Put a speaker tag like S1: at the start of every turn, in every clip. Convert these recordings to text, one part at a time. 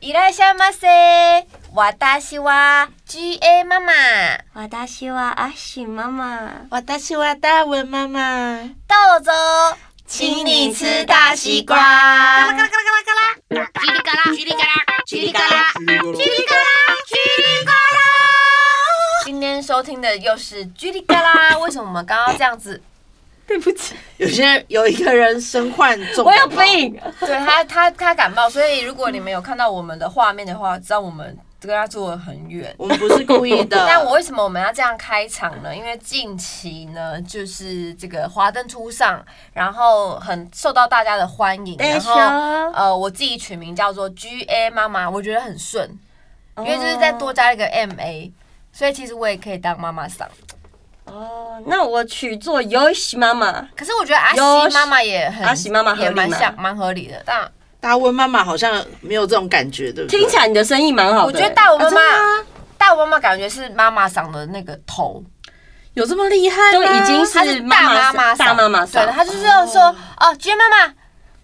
S1: いらっしゃいませ。私は GA 妈妈。
S2: 私は阿喜妈妈，
S3: 私は大文妈妈，
S1: 豆子，
S3: 请你吃大西瓜。嘎啦嘎啦嘎啦嘎啦，
S1: 叽里嘎啦，叽里嘎啦，叽里嘎啦，
S4: 叽
S1: 里嘎啦，叽里嘎啦。今天收听的又是叽里嘎啦，为什么我们刚刚这样子？
S2: 对不起，
S3: 有些人有一个人身患重，
S2: 我有，病。
S1: 对他，他他感冒，所以如果你们有看到我们的画面的话，知道我们跟他坐得很远。
S3: 我们不是故意 的。
S1: 但我为什么我们要这样开场呢？因为近期呢，就是这个《华灯初上》，然后很受到大家的欢
S2: 哎
S1: 迎。然后
S2: 对
S1: 呃，我自己取名叫做 G A 妈妈，我觉得很顺，
S2: 哦
S1: 因为就是再多加一个 M A，所以其实我也可以当妈妈桑。
S2: 哦，那我取做游喜妈妈，
S1: 可是我觉得阿
S2: 有
S1: 西妈妈也很，
S2: 阿喜妈妈合
S1: 也
S2: 理吗哦
S1: 蛮像蛮合理的。但
S3: 大文妈妈好像没有这种感觉，对不对？
S2: 听起来你的生意蛮好的。
S1: 我觉得大我妈
S3: 啊真的
S1: 妈，
S3: 吗
S1: 大我妈妈感觉是妈妈桑的那个头。
S3: 有这么厉害吗？
S2: 都已经
S1: 她哦是
S2: 是
S1: 大妈妈
S2: 大妈妈
S1: 对，
S2: 桑。
S1: 她就是要说哦，菊妈妈，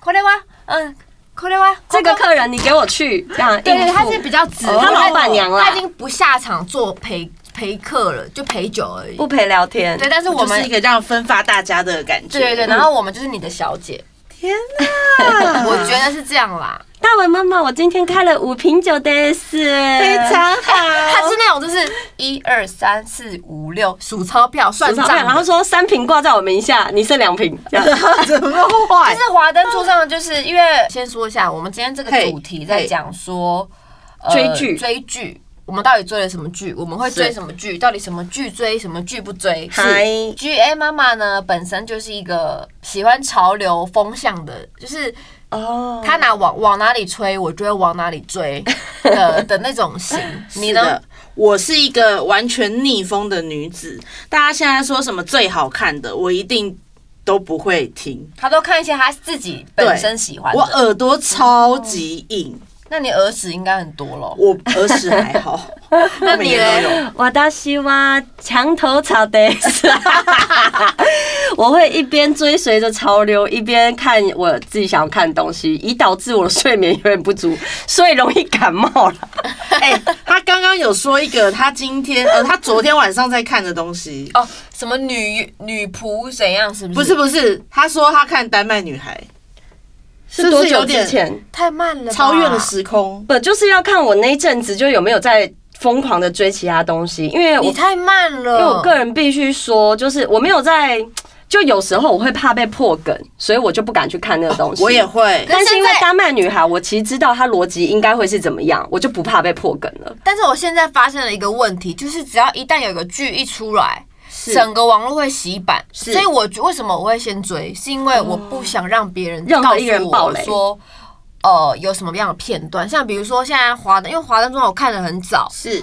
S1: これは，嗯，これは
S2: 这个客人你给我去，这样应
S1: 对对，
S2: 付。
S1: 她是比较直，
S2: 哦她老板娘啦
S1: 她已经不下场做陪陪客了，就陪酒而已。
S2: 不陪聊天。
S1: 对，但是我
S3: 就
S1: 们
S3: 是一个这样分发大家的感觉。
S1: 对对对，
S2: 嗯
S1: 然后我们就是你的小姐，
S3: 天哪，
S1: 我觉得是这样啦。
S2: 大文妈妈，我今天开了五瓶酒的是，
S3: 非
S2: 非
S3: 常
S2: 嗯
S3: 好。
S1: 她是那种就是一二三四五六数钞票算账的，
S2: 然后说三瓶挂在我名下，你剩两瓶，这 样
S3: 怎么坏
S1: 但？是华灯初上，就是因为先说一下，我们今天这个主题在讲说、呃
S2: 追剧
S1: 追剧。我们到底追了什么剧？我们会追
S2: 是
S1: 什么剧？到底什么剧追，什么剧不追？
S2: 嗨
S1: G A 妈妈呢，本身就是一个喜欢潮流风向的，就是
S2: 哦，
S1: 她哪往往哪里吹，我就会往哪里追的的那种型。你
S3: 是
S1: 呢
S3: 的？，我是一个完全逆风的女子。大家现在说什么最好看的，我一定都不会听。
S1: 她都看一些她自己本身喜欢
S3: 我呃
S1: 的。
S3: 耳朵超级硬，
S1: 那你儿时应该很多咯。
S3: 我耳屎还好。
S1: 那
S3: 那
S1: 你嘞？
S2: 我倒希望墙头草的是， 我会一边追随着潮流，一边看我自己想要看的东西，以导致我的睡眠有点不足，所以容易感冒了。
S3: 哎、 他刚刚有说一个，他今天呃，他昨天晚上在看的东西，
S1: 哦，什么女女仆怎样？是不是？
S3: 不是不是，他说他看《丹麦女孩
S2: 是多久之前？
S1: 太慢了吧，》，
S3: 超越了时空。
S2: 不就是要看我那一阵子就有没有在疯狂的追其他东西，因为
S1: 你哦
S2: 我
S1: 太慢了。
S2: 因为我个人必须说，就是我没有在，就有时候我会怕被破梗，所以我就不敢去看那个东西。
S3: 我也会，
S2: 但是因为
S1: 现在
S2: 丹麦女孩，我其实知道她逻辑应该会是怎么样，我就不怕被破梗了。
S1: 但是我现在发现了一个问题，就是只要一旦有一个剧一出来，整个网络会洗版。所以我为什么我会先追，是因为我不想让别人
S2: 任
S1: 告
S2: 何一个人
S1: 诉
S2: 爆
S1: 我
S2: 雷
S1: 说。呃，有什么样的片段？像比如说现在华灯，因为华灯中我看的很早，
S3: 是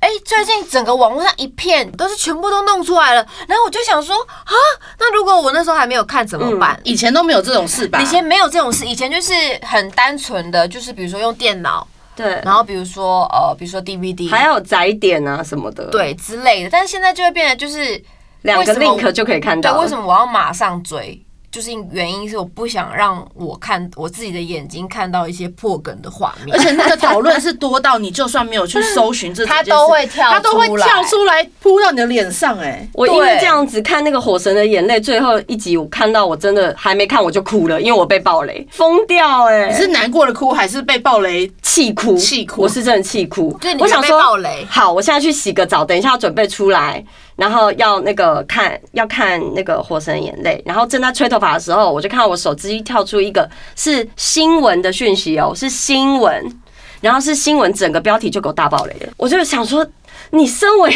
S1: 哎、最近整个网络上一片都是全部都弄出来了，然后我就想说啊，那如果我那时候还没有看怎么办？
S2: 嗯
S3: 以前都没有这种事吧？
S1: 以前没有这种事，以前就是很单纯的，就是比如说用电脑，
S2: 对，
S1: 然后比如说呃，比如说 DVD，
S2: 还有窄点啊什么的，，
S1: 对之类的。但是现在就会变得就是
S2: 两个
S1: 为什么
S2: link 就可以看
S1: 对，
S2: 到。
S1: 为什？么我要马上追？就是原因是我不想让我看我自己的眼睛看到一些破梗的画面
S3: 而。且那个讨论是多到你就算没有去搜寻这几件
S1: 它
S3: 事，
S1: 都会跳
S3: 它都会
S1: 出来
S3: 跳出来扑到你的脸上、哎，
S2: 我因为
S1: 对
S2: 这样子看那个《火神的眼泪》最后一集，我看到我真的还没看我就哭了，因为我被爆雷，疯掉哎、
S3: 你是难过的哭还是被暴雷？
S2: 气哭，
S3: 气哭
S2: 我是真的气哭
S1: 对。你
S2: 我想
S1: 被
S2: 说
S1: 爆雷，
S2: 好，我现在去洗个澡，等一下要准备出来，然后要那个看，要看那个《火神的眼泪》，然后正在吹头发的时候，我就看到我手机跳出一个是新闻的讯息哦，是新闻，然后是新闻整个标题就给我大爆雷了，我就想说，你身 为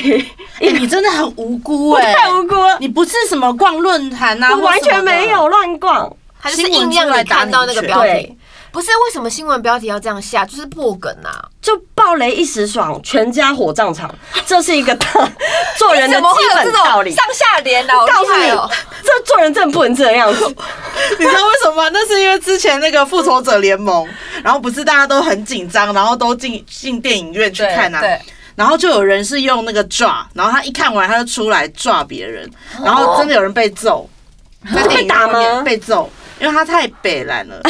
S3: 哎、你真的很无辜
S2: 我
S3: 哎、
S2: 太无辜了，
S3: 你不是什么逛论坛啊，
S2: 我完全没有乱逛，
S1: 它就是硬让你看到那个标
S2: 对
S1: 题。。不是为什么新闻标题要这样下，就是破梗啊！
S2: 就暴雷一时爽，全家火葬场，这是一个大 做 人的
S1: 怎么会
S2: 基
S1: 有
S2: 本
S1: 这
S2: 道
S1: 种
S2: 理。
S1: 上下联啊？好
S2: 告
S1: 厉
S2: 诉
S1: 害
S2: 你
S1: 哦！，
S2: 这做人真的不能这样子。
S3: 你知道为什么吗？那是因为之前那个复仇者联盟，然后不是大家都很紧张，然后都进进电影院去看啊。
S1: 对，
S3: 然后就有人是用那个抓，然后他一看完他就出来抓别人，
S1: 哦
S3: 然后真的有人被揍，在电
S2: 被
S3: 影院
S2: 打吗
S3: 被揍，因为他太北蓝了。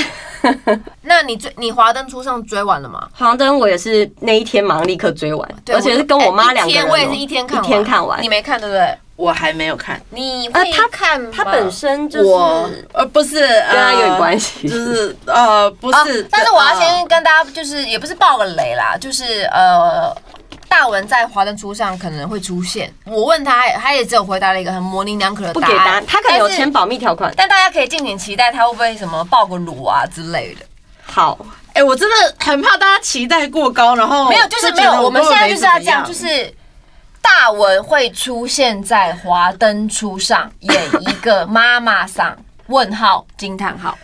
S1: 那你追你华灯初上追完了吗？
S2: 黄灯我也是那一天马上立刻追完，
S1: 对
S2: 而且是跟
S1: 哎
S2: 我妈两个
S1: 一
S2: 人
S1: 天
S2: 哦、
S1: 我也是一天看完，
S2: 一天看完
S1: 你。没看对不对？
S3: 我还没有看，
S1: 你
S2: 呃
S1: 会
S2: 他
S1: 看吗
S2: 它本身就
S3: 我
S2: 是
S3: 呃不是跟
S2: 跟他有点关系
S3: 就是呃不
S1: 啊
S3: 是，
S1: 但是我要
S3: 呃
S1: 先跟大家，就是也不是爆个雷啦，就是呃，大文在华灯初上可能会出现。我问他，他也只有回答了一个很模棱两可的
S2: 不
S1: 答
S2: 给答案，
S1: 案。
S2: 他可能有
S1: 但是
S2: 签保密条款。
S1: 但大家可以敬请期待他会不会什么爆个乳啊之类的。
S2: 好，
S3: 哎、我真的很怕大家期待过高，然后
S1: 没有，就是没
S3: 觉
S1: 有
S3: 得。
S1: 我们
S3: 根
S1: 现
S3: 本
S1: 在就是要
S3: 没
S1: 这
S3: 怎么
S1: 样，就是大文会出现在华灯初上，演一个妈妈桑。问号惊叹号，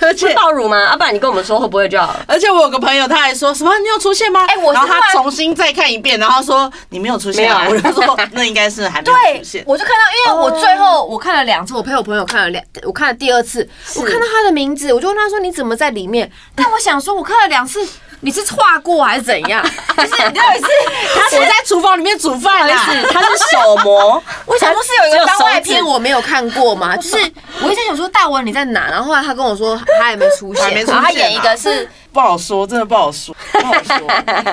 S3: 而且
S2: 是爆乳吗？阿、啊、爸，你跟我们说会不会就好 了？
S3: 而且我有个朋友，他还说什么你有出现吗？
S1: 哎我是
S3: 然后他
S1: 突然
S3: 重新再看一遍，然后说你没有出现、啊，
S2: 没
S3: 我
S2: 有
S3: 就说那应该是还没有
S1: 对
S3: 出现，。
S1: 我就看到，因为我
S2: 哦
S1: 最后我看了两次，我陪我朋友看了两，我看了第二次，我看到他的名字，我就问他说你怎么在里面？但我想说，我看了两次，你是画过还是怎样？ 就是你到 底是
S3: 他是在厨房里面煮饭啊
S2: 但
S3: 啦。
S2: 是他是手模，
S1: 我想说是有一个番外
S2: 只有手
S1: 篇
S2: 指
S1: 我没有看过吗？就是我一直想说大文你在哪，然后后来他跟我说他也没出现，
S3: 还没出现啊
S1: 然后他演一个是，
S3: 不好说，真的不好说，不好 说。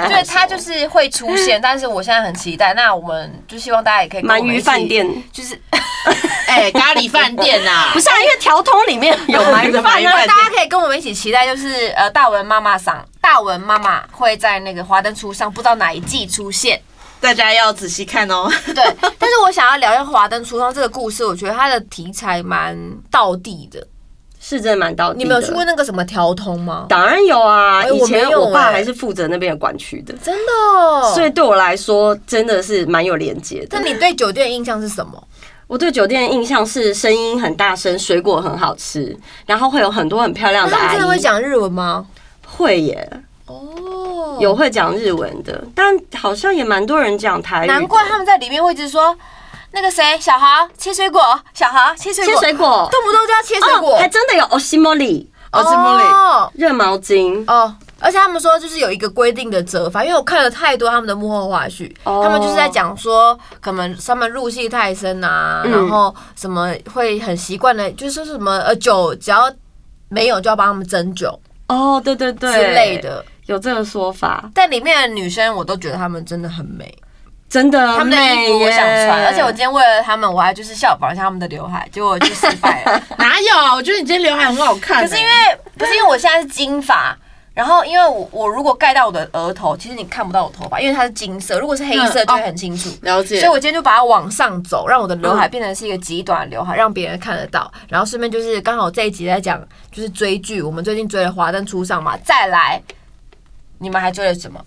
S1: 就是他就是会出现，但是我现在很期待。那我们就希望大家也可以跟我
S2: 鳗
S1: 们一
S2: 鱼
S1: 起
S2: 饭，店。
S1: 就是
S3: 哎、咖喱饭店啊，
S2: 不是啊，
S1: 哎
S2: 因为条通里面有鳗鱼
S3: 鳗
S2: 饭
S3: 鱼
S2: 啊
S3: 饭。
S1: 大家可以跟我们一起期待，就是呃大文妈妈上， 大文妈妈会在那个华灯初上，不知道哪一季出现。
S3: 大家要仔细看哦。
S1: 对，但是我想要聊一下《华灯初上》这个故事，我觉得它的题材蛮道地的。
S2: 是真的蛮到底的。
S1: 你们有去过那个什么调通吗？
S2: 当然有啊，
S1: 哎
S2: 以
S1: 我没有
S2: 前我爸
S1: 哎
S2: 还是负责那边的管区的，
S1: 真的、哦，
S2: 所以对我来说真的是蛮有连接
S1: 那
S2: 的。
S1: 你对酒店的印象是什么？
S2: 我对酒店的印象是声音很大声，水果很好吃，然后会有很多很漂亮
S1: 那
S2: 的
S1: 他们
S2: 阿
S1: 真的会
S2: 姨。
S1: 讲日文吗？
S2: 会耶，
S1: 哦，
S2: 有，会讲日文的，但好像也蛮多人讲台语的。
S1: 难怪他们在里面会一直说那个谁，小豪切水果，小豪切水
S2: 切
S1: 果，
S2: 水果，
S1: 动不动就要切水果
S2: 哦，还，真的有 oshimori
S3: 哦，是茉莉，
S1: 哦
S2: 热毛巾。
S1: 哦。而且他们说，就是有一个规定的折法，因为我看了太多他们的幕后花絮，
S2: 哦
S1: 他们就是在讲说，可能他们入戏太深啊，
S2: 嗯
S1: 然后什么会很习惯的，就是说什么呃酒只要没有就要帮他们斟酒
S2: 哦，对对对，
S1: 之类，的。
S2: 有这个说法，
S1: 但里面的女生我都觉得她们真的很美，
S2: 真的
S1: 她们
S2: 很美
S1: 的衣服我想
S2: 耶
S1: 穿，而且我今天为了她们，我还就是效仿一下她们的刘海，结果就失败 了。
S3: 哪有？我觉得你今天刘海很好看、欸
S1: 可是因为不是因为我现在是金发，然后因为我我如果盖到我的额头，其实你看不到我头发，因为它是金色，如果是黑色
S3: 嗯
S1: 就会很清楚。
S3: 了解
S1: 所以，我今天就把它往上走，让我的刘海变成是一个极短的刘海，让别人看得到。然后顺便就是刚好这一集在讲就是追剧，我们最近追了《华灯初上》嘛，再来，你们还追了什么？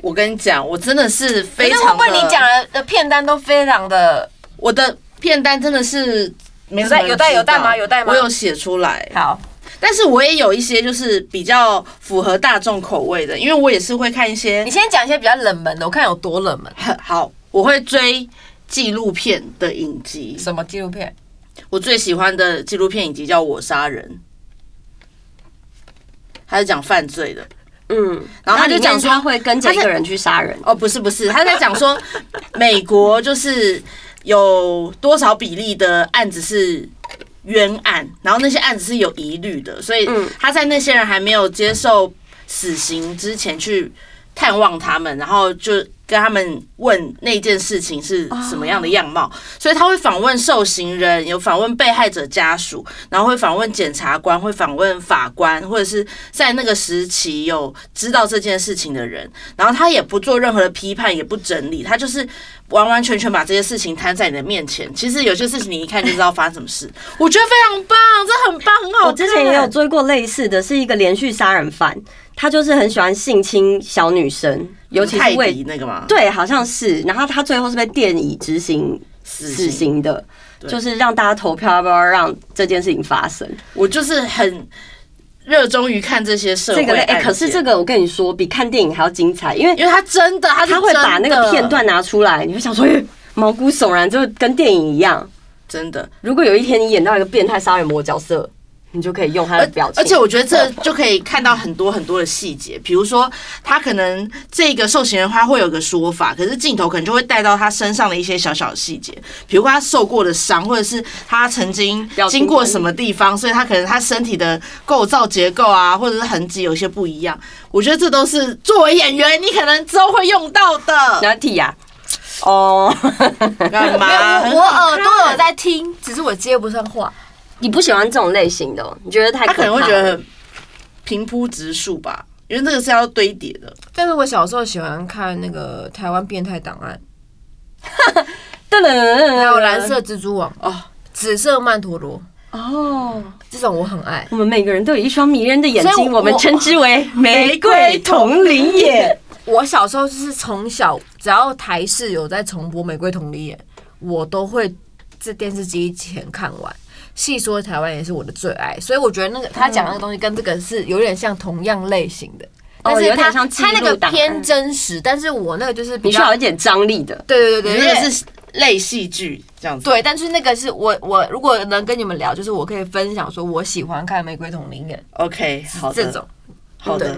S3: 我跟你讲，我真的是非
S1: 可是
S3: 常
S1: 会不
S3: 的。
S1: 会你讲的的片单都非常的
S3: 我的片单真的是没什么人
S1: 有带有带有带
S3: 知道
S1: 吗有带吗
S3: 我有写出来，
S1: 好？
S3: 但是我也有一些就是比较符合大众口味的，因为我也是会看一些
S1: 你先讲一些比较冷门的，我看有多冷门。
S3: 很好，我会追纪录片的影集。
S1: 什么纪录片？
S3: 我最喜欢的纪录片影集叫《我杀人》，他是讲犯罪的。
S2: 嗯，
S3: 然后他
S2: 那
S3: 就
S2: 里
S3: 讲
S2: 面
S3: 说
S2: 他会跟着一个人去杀人，
S3: 哦，不是不是，他在讲说美国就是有多少比例的案子是冤案，然后那些案子是有疑虑的，所以
S2: 嗯
S3: 他在那些人还没有接受死刑之前去探望他们，然后就跟他们问那件事情是什么样的样貌，哦所以他会访问受刑人，有访问被害者家属，然后会访问检察官，会访问法官，或者是在那个时期有知道这件事情的人，然后他也不做任何的批判，也不整理，他就是完完全全把这些事情摊在你的面前。其实有些事情你一看就知道发生什么事，我觉得非常棒，这很棒，哦很好看。
S2: 我之前也有追过类似的，是一个连续杀人犯，他就是很喜欢性侵小女生，尤其
S3: 泰
S2: 是未
S3: 迪那个嘛，
S2: 对，好像是，然后他最后是被电椅执行
S3: 死
S2: 死刑的，
S3: 对
S2: 就是让大家投票要不要让这件事情发生。
S3: 我就是很热衷于看这些社会
S2: 这个类，哎、
S3: 案
S2: 可是
S3: 件
S2: 这个我跟你说，比看电影还要精彩，因为
S3: 因为他真的，他是
S2: 他会把那
S3: 真
S2: 个
S3: 的
S2: 片段拿出来，你会想说，哎、毛骨悚然，就跟电影一样。
S3: 真的，
S2: 如果有一天你演到一个变态杀人魔角色，你就可以用他的
S3: 而
S2: 表情。
S3: 而且我觉得这就可以看到很多很多的细节，比如说他可能这个受刑人他会有个说法，可是镜头可能就会带到他身上的一些小小的细节，比如说他受过的伤，或者是他曾经
S2: 表情
S3: 经过什么地方，所以他可能他身体的构造结构啊，或者是痕迹有些不一样。我觉得这都是作为演员你可能之后会用到的。
S2: 难题呀、 哦，
S3: 干
S1: 没
S3: 嘛？
S1: 有，我我
S3: 很
S1: 哦
S3: 好
S1: 耳朵
S3: 看
S1: 有在听，只是我接不上话。
S2: 你不喜欢这种类型的哦、你觉得太
S3: 他可能会觉得
S2: 了
S3: 很平铺直述吧，因为这个是要堆叠的。
S1: 但是我小时候喜欢看那个台湾变态档案，
S2: 噔噔，
S1: 还有蓝色蜘蛛网、
S3: 哦
S1: 紫色曼陀罗，
S2: 哦。
S1: 这种我很爱。
S2: 我们每个人都有一双迷人的眼
S1: 所以
S2: 睛，
S1: 我
S2: 我们称之为玫瑰同龄眼。
S1: 我小时候就是从小，只要台视有在重播《玫瑰同林演》，我都会在电视机前看完。细说台湾也是我的最爱，所以我觉得那个他讲那个东西跟这个是有点像同样类型的，但是
S2: 有
S1: 他
S2: 点像记
S1: 他那
S2: 录
S1: 个
S2: 档案
S1: 偏真实，但是我那个就是比
S2: 你需要
S1: 较
S2: 有一点张力的，
S1: 对对
S3: 你
S1: 对对，
S3: 那
S1: 因为
S3: 个是类戏剧这样子。
S1: 对，但是那个是我我如果能跟你们聊，就是我可以分享说我喜欢看《玫瑰同林演
S3: ，OK，》好
S1: 这
S3: 的，
S1: 种。
S3: 好的。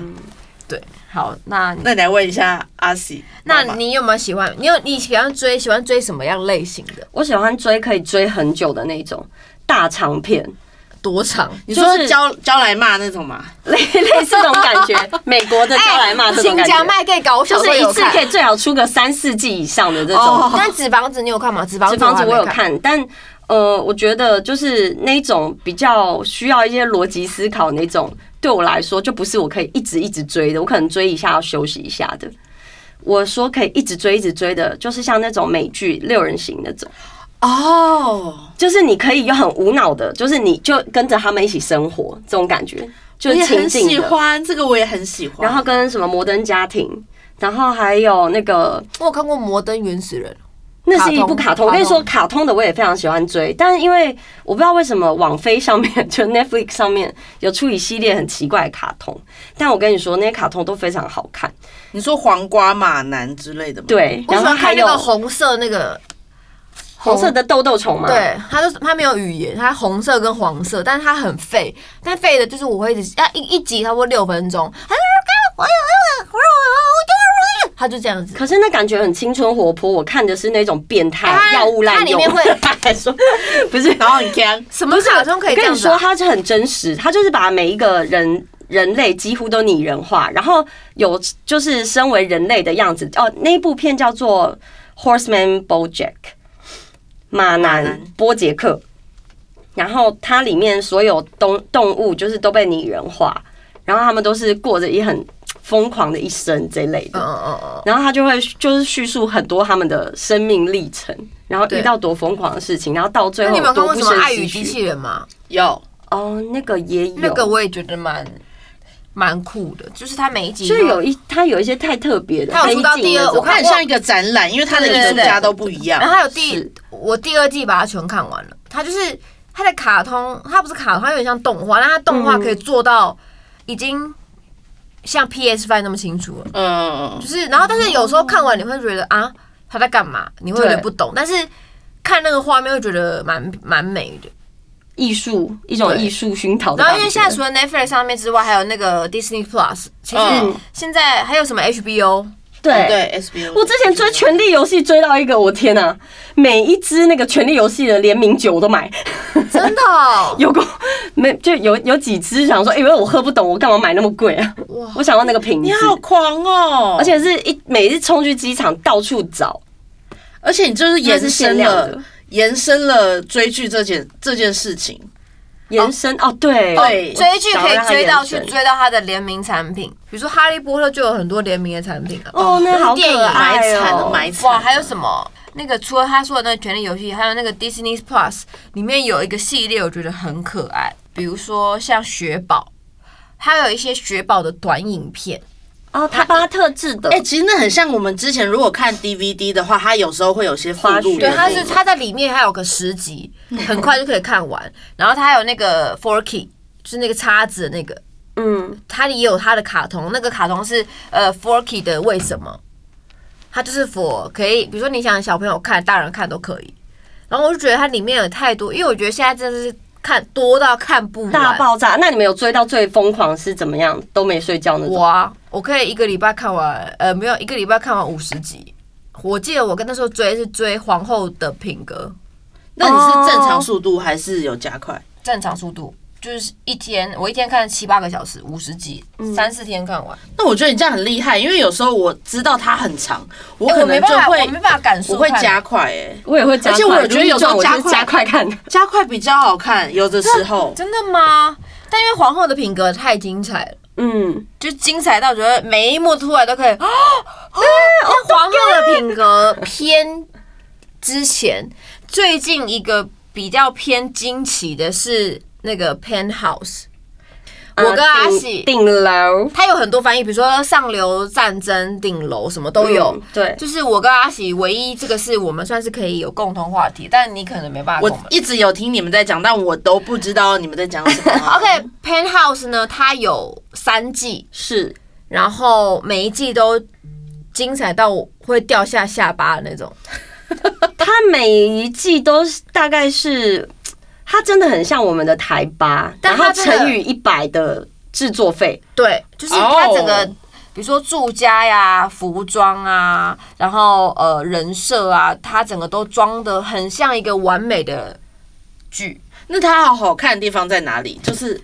S1: 对，好，那你
S3: 那你来问一下阿喜妈妈，
S1: 那你有没有喜欢？你有你喜欢追喜欢追什么样类型的？
S2: 我喜欢追可以追很久的那种大长片，
S1: 多长？
S3: 你
S2: 就
S3: 说
S2: 是
S3: 教教来骂那种嘛？
S2: 类类似这种感觉，美国
S1: 哎
S2: 的招来骂这种
S1: 请
S2: 感
S1: 假
S2: 觉，
S1: 卖给搞，我小
S2: 就
S1: 时候
S2: 是
S1: 有
S2: 一次可
S1: 看
S2: 以。最好出个三四季以上的这
S3: 哦
S2: 种。
S1: 但纸房子你有看吗？纸房
S2: 纸
S1: 子
S2: 房子
S1: 我
S2: 我
S1: 还
S2: 有
S1: 没看，
S2: 看，但呃，我觉得就是那种比较需要一些逻辑思考那种，对我来说就不是我可以一直一直追的，我可能追一下要休息一下的。我说可以一直追一直追的，就是像那种美剧六人行那种。
S3: 哦，
S2: 就是你可以又很无脑的，就是你就跟着他们一起生活，这种感觉就
S3: 我
S2: 是
S3: 也
S2: 亲
S3: 很
S2: 近
S3: 喜
S2: 的。
S3: 欢这个，我也很喜欢。
S2: 然后跟什么摩登家庭，然后还有那个
S1: 我有看过《摩登原始人
S2: 那是一部卡
S1: 卡通
S2: 通。我跟你说，卡通的我也非常喜欢追，但是因为我不知道为什么网飞上面 就 Netflix 上面有出一系列很奇怪的卡通，但我跟你说那些卡通都非常好看。
S3: 你说黄瓜马男之类的吗？，
S2: 对，》，
S1: 我
S2: 然
S1: 喜
S2: 后
S1: 欢
S2: 还
S1: 看
S2: 有
S1: 那个红色那个，
S2: 红色的豆豆虫嘛，，
S1: 对，它就是它没有语言，它红色跟黄色，但是它很废，但废的就是我会一直啊一一集差不多六分钟，它就这样子。
S2: 可是那感觉很青春活泼，我看的是那种变态
S1: 哎它
S2: 药物滥
S1: 它里
S2: 用。
S1: 面会
S2: 还说不是，
S3: 然后很强，
S1: 什么卡通可以
S2: 我
S1: 这
S2: 跟
S1: 样
S2: 你
S1: 子
S2: 说，
S1: 啊？
S2: 它是很真实，它就是把每一个人人类几乎都拟人化，然后有就是身为人类的样子。哦，那一部片叫做《Horseman BoJack》，马
S3: 马
S2: 男
S3: 男
S2: 波杰克。然后它里面所有动动物就是都被拟人化，然后他们都是过着一很疯狂的一生这类的
S1: 嗯。嗯嗯嗯，
S2: 然后他就会就是叙述很多他们的生命历程，然后遇
S1: 对
S2: 到多疯狂的事情，然后到最
S1: 那
S2: 后
S1: 你们有看过
S2: 多不
S1: 什么《
S2: 胜
S1: 爱
S2: 唏
S1: 与机
S2: 嘘。
S1: 器人》吗？
S3: 有
S2: 哦，那个也有，
S1: 那个我也觉得蛮蛮酷的，就是它每一集
S2: 就
S1: 都
S2: 有一他有一些太特别的，
S1: 它有出到第二
S2: 黑镜那种
S1: 我
S3: 它
S1: 看
S3: 很像一个展览，因为它的艺术家都不一
S1: 然
S3: 样。
S1: 后还有第
S2: 是
S1: 我第二季把它全看完了，它就是它的卡通，它不是卡通，它有点像动画，但它动画可以做到已经像 PS Five 那么清楚了，
S3: 嗯
S1: 就，是然后但是有时候看完你会觉得啊他在干嘛，你会有点不懂，但是看那个画面会觉得蛮蛮美的。
S2: 艺术一种
S1: 对
S2: 艺术熏陶的
S1: 然
S2: 感觉。
S1: 后因为现在除了 Netflix 上面之外，还有那个 Disney Plus，其实
S3: 嗯
S1: 现在还有什么 HBO，
S2: 对。
S3: 对，SBO。
S2: 我之前追《权力游戏》追到一个，我天呐、每一支那个《权力游戏》的联名酒我都买，
S1: 真的 哦、
S2: 有过没就有有几支想说，因为我喝不懂，我干嘛买那么贵啊？
S1: 哇
S2: 我想要那个瓶
S3: 你
S2: 子，
S3: 好狂哦！
S2: 而且是一每一次冲去机场到处找，
S3: 而且你就是
S2: 也是
S3: 延
S2: 限
S3: 伸
S2: 量
S3: 了
S2: 的，
S3: 延伸了追剧这件这件事情。
S2: 延伸哦，对
S3: 对
S1: 追剧可以追到去
S2: 想要让它延伸
S1: 追到它的联名产品，比如说《哈利波特》就有很多联名的产品啊。
S2: 哦，那好
S1: 电影
S2: 可爱
S3: 买惨
S2: 哦
S3: 了，买惨
S1: 哎哇，还有什么？那个除了他说的那个《权力游戏》，还有那个 Disney Plus 里面有一个系列，我觉得很可爱，比如说像雪宝，还有一些雪宝的短影片。
S2: 哦，他帮他特制的，
S3: 哎、其实那很像我们之前如果看 DVD 的话，它有时候会有些附录
S2: 对
S1: 对，
S3: 的
S1: 它
S3: 那
S1: 是
S3: 种。
S1: 它在里面还有个十集，很快就可以看完。然后它还有那个 Forky，就是那个叉子的那个，
S2: 嗯，
S1: 它也有它的卡通，那个卡通是呃 Forky 的为什么？它就是 for 可以，比如说你想小朋友看、大人看都可以。然后我就觉得它里面有太多，因为我觉得现在真的是看多到看不
S2: 大
S1: 完。
S2: 爆炸。那你们有追到最疯狂是怎么样？都没睡觉那种？
S1: 我啊，我可以一个礼拜看完，呃，没有一个礼拜看完五十集。我记得我跟那时候追是追皇后的品格，
S3: 那你
S1: 哦
S3: 是正常速度还是有加快？
S1: 正常速度就是一天，我一天看七八个小时，五十集，
S3: 嗯
S1: 三四天看完。
S3: 那我觉得你这样很厉害，因为有时候我知道它很长，我
S1: 欸
S3: 可
S1: 我没
S3: 能就
S1: 办法，我
S3: 会
S1: 没办法感受，
S3: 我会加快哎、
S2: 我也会加快，
S3: 而且我觉得有时候
S2: 如果
S3: 加快
S2: 我就是加快看。
S3: 加快比较好看，有的时候。
S1: 真的吗？但因为皇后的品格太精彩了，
S2: 嗯，
S1: 就精彩到觉得每一幕出来都可以。啊！但皇后的品格偏之前，最近一个比较偏惊奇的是那个 Penthouse，我嗯跟阿
S2: 呃
S1: 喜
S2: 顶顶楼
S1: 它有很多翻译，比如说上流战争、顶楼什么都有。
S2: 嗯对，
S1: 就是我跟阿喜唯一这个是我们算是可以有共同话题，但你可能没办法跟我
S3: 我
S1: 们。。
S3: 一直有听你们在讲，但我都不知道你们在讲什么
S1: OK，Penthouse 呢，它有三季，
S2: 是
S1: 然后每一季都精彩到我会掉下下巴的那种。
S2: 它每一季都是大概是，它真的很像我们的台八，
S1: 但
S2: 然
S1: 它
S2: 后
S1: 真的
S2: 乘以一百的制作费，
S1: 对，就是它整个
S3: 哦
S1: 比如说住家呀、服装啊，然后呃人设啊，它整个都装的很像一个完美的剧。
S3: 那它好好看的地方在哪里？就是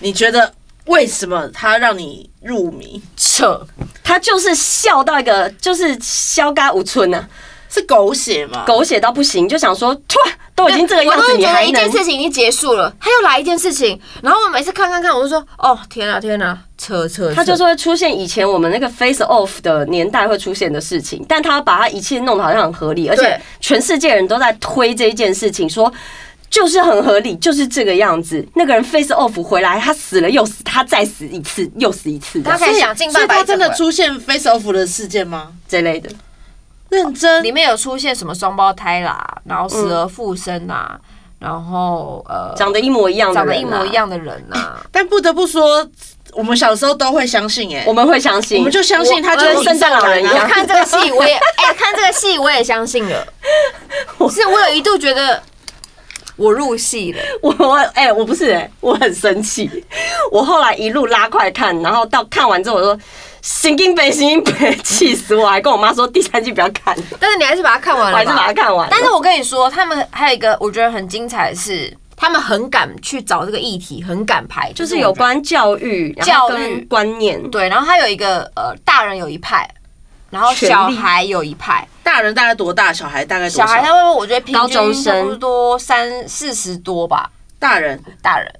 S3: 你觉得为什么它让你入迷？
S1: 扯，
S2: 它就是笑到一个就是笑嘎无寸啊，
S3: 是狗血吗？
S2: 狗血到不行，就想说，突然都已经这个样
S1: 我都
S2: 子，
S1: 会
S2: 你
S1: 觉得
S2: 还
S1: 一件
S2: 能
S1: 事情已经结束了，他又来一件事情，然后我每次看看看，我就说，哦天啊天啊，扯扯扯，
S2: 它就是会出现以前我们那个 face off 的年代会出现的事情，但它把它一切弄得好像很合理，而且全世界人都在推这一件事情，说就是很合理，就是这个样子。那个人 face off 回来，他死了又死，他再死一次又死一次，这
S1: 他
S2: 样
S1: 可以想尽
S3: 所
S1: 办
S3: 以
S1: 法
S3: 它
S1: 一直
S3: 真的
S1: 回
S3: 出现 face off 的事件吗？
S2: 这类的。
S3: 认真
S1: 里面有出现什么双胞胎啦，然后死而复生啦，然后呃
S2: 长得一模一样的
S1: 长
S2: 人、啊
S1: 得一模一，样的人啊呐、
S3: 但不得不说，我们小时候都会相信、欸，
S2: 我们会相信，
S3: 我们就相
S1: 我
S3: 信他就
S2: 我跟
S3: 是
S2: 圣诞老人啊一
S1: 我
S2: 样
S1: 看这个戏，我也哎、看这个戏我也相信了，是我有一度觉得我入戏了，
S2: 我 我哎、我不是哎、我很生气。 我后来一路拉快看，然后到看完之后，我说神经病，神经病，气死我！还跟我妈说第三季不要看，
S1: 但是你还是把它看完
S2: 我
S1: 了，
S2: 还是把它。看完了。
S1: 但是我跟你说，他们还有一个我觉得很精彩的是，他们很敢去找这个议题，很敢拍，
S2: 就
S1: 就是我
S2: 有关教育、然后
S1: 教育
S2: 跟观念，
S1: 对，然后他有一个呃，大人有一派，然后
S2: 权
S1: 小
S2: 力
S1: 孩有一派，
S3: 大人大概多大，小孩大概多
S1: 小
S3: 少？
S1: 孩他们我觉得平
S2: 高中
S1: 均差不
S2: 生
S1: 多三四十多吧，
S3: 大人
S1: 大人。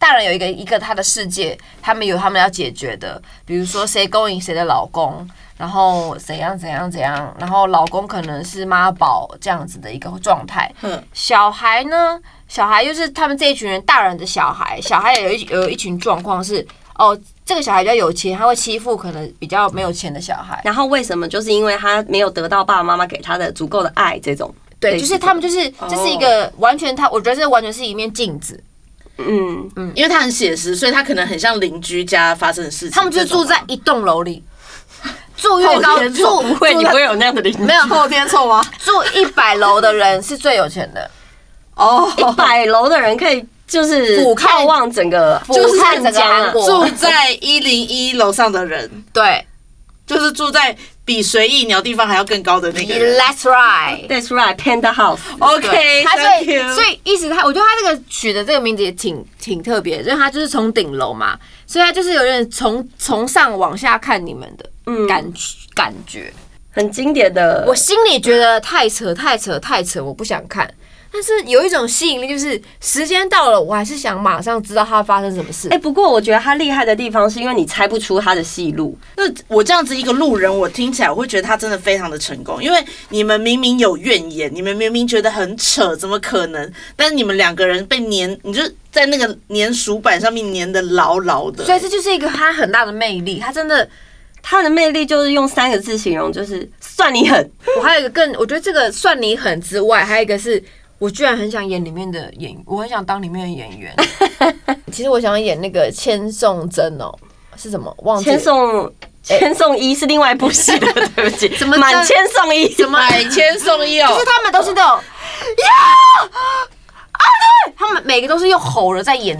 S1: 大人有一个一个他的世界，他们有他们要解决的，比如说谁勾引谁的老公，然后怎样怎样怎样，然后老公可能是妈宝这样子的一个状态。
S3: 嗯
S1: 小孩呢，小孩就是他们这一群人，大人的小孩，小孩也有一有一群状况是，哦，这个小孩比较有钱，他会欺负可能比较没有钱的小孩。
S2: 然后为什么？就是因为他没有得到爸爸妈妈给他的足够的爱，这种
S1: 对，
S2: 类
S1: 就
S2: 似哦
S1: 是他们就是这是一个完全他，我觉得这完全是一面镜子，
S2: 嗯，
S3: 因为他很写实，所以他可能很像邻居家发生的事情。
S1: 他们就是住
S3: 这种
S1: 在一栋楼里，住越高
S3: 好严重
S1: 住
S2: 不会，你不会有那样的邻居
S1: 没有
S3: 后天臭吗？
S1: 住一百楼的人是最有钱的，
S3: 哦，
S2: 一百楼的人可以就是
S1: 俯瞰
S2: 眺望整个，
S1: 俯
S2: 是
S1: 瞰整个
S2: 家啊
S1: 韩国
S3: 住在一零一楼上的人，
S1: 对
S3: 就是住在比随意鸟地方还要更高的那个人。
S1: ，That's right。
S2: That's right, Panda House。
S3: OK，
S1: 他所
S3: thank
S1: 以
S3: you
S1: 所以意思他，我觉得他这个取的这个名字也挺挺特别，因为他就是从顶楼嘛，所以他就是有点从从上往下看你们的
S2: 嗯
S1: 感、感觉。
S2: 很经典的，
S1: 我心里觉得太扯太扯太扯，我不想看。但是有一种吸引力，就是时间到了，我还是想马上知道它发生什么事
S2: 哎、。不过我觉得他厉害的地方是因为你猜不出他的戏路，
S3: 那我这样子一个路人，我听起来我会觉得他真的非常的成功，因为你们明明有怨言，你们明明觉得很扯，怎么可能？但是你们两个人被粘，你就在那个粘鼠板上面粘的牢牢的。
S1: 所以这就是一个它很大的魅力，它真的
S2: 他的魅力就是用三个字形容，就是算你狠。
S1: 我还有一个更，我觉得这个算你狠之外，还有一个是我居然很想演里面的演，我很想当里面的演员。 其实我想演那个千颂真哦，是什么？忘记
S2: 千
S1: 了。
S2: 颂千颂伊是另外一部戏的，对不起，
S1: 怎么
S2: 满千颂伊？
S1: 怎么？
S3: 买千送一哦
S1: 就是，他们都是那种呀啊对他们每个都是用吼了在演，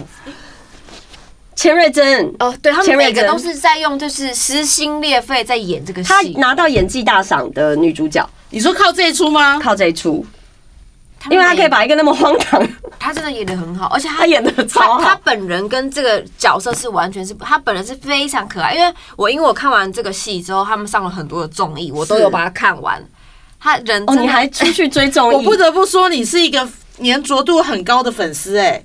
S2: 钱瑞珍，
S1: 哦，对他
S2: 前
S1: 们
S2: 面
S1: 每个
S2: 跟
S1: 都是在用就是撕心裂肺在演这个
S2: 她
S1: 戏，
S2: 拿到演技大赏的女主角，
S3: 你说靠这一出
S1: 哦
S3: 吗？
S2: 靠这一出，
S1: 们
S2: 因为她可以
S1: 演
S2: 把一个那么荒 唐，
S1: 他真的演的很好，而且他
S2: 她演的超
S1: 他他
S2: 好，
S1: 本人跟这个角色是完全是，他本人是非常可爱。因为我因为我看完这个戏之后，他们上了很多的综艺，我都
S2: 是
S1: 有把它看完。他人
S2: 哦，
S1: 真
S2: 你
S1: 的
S2: 还出去追综艺，
S3: 我不得不说，你是一个粘着度很高的粉丝哎、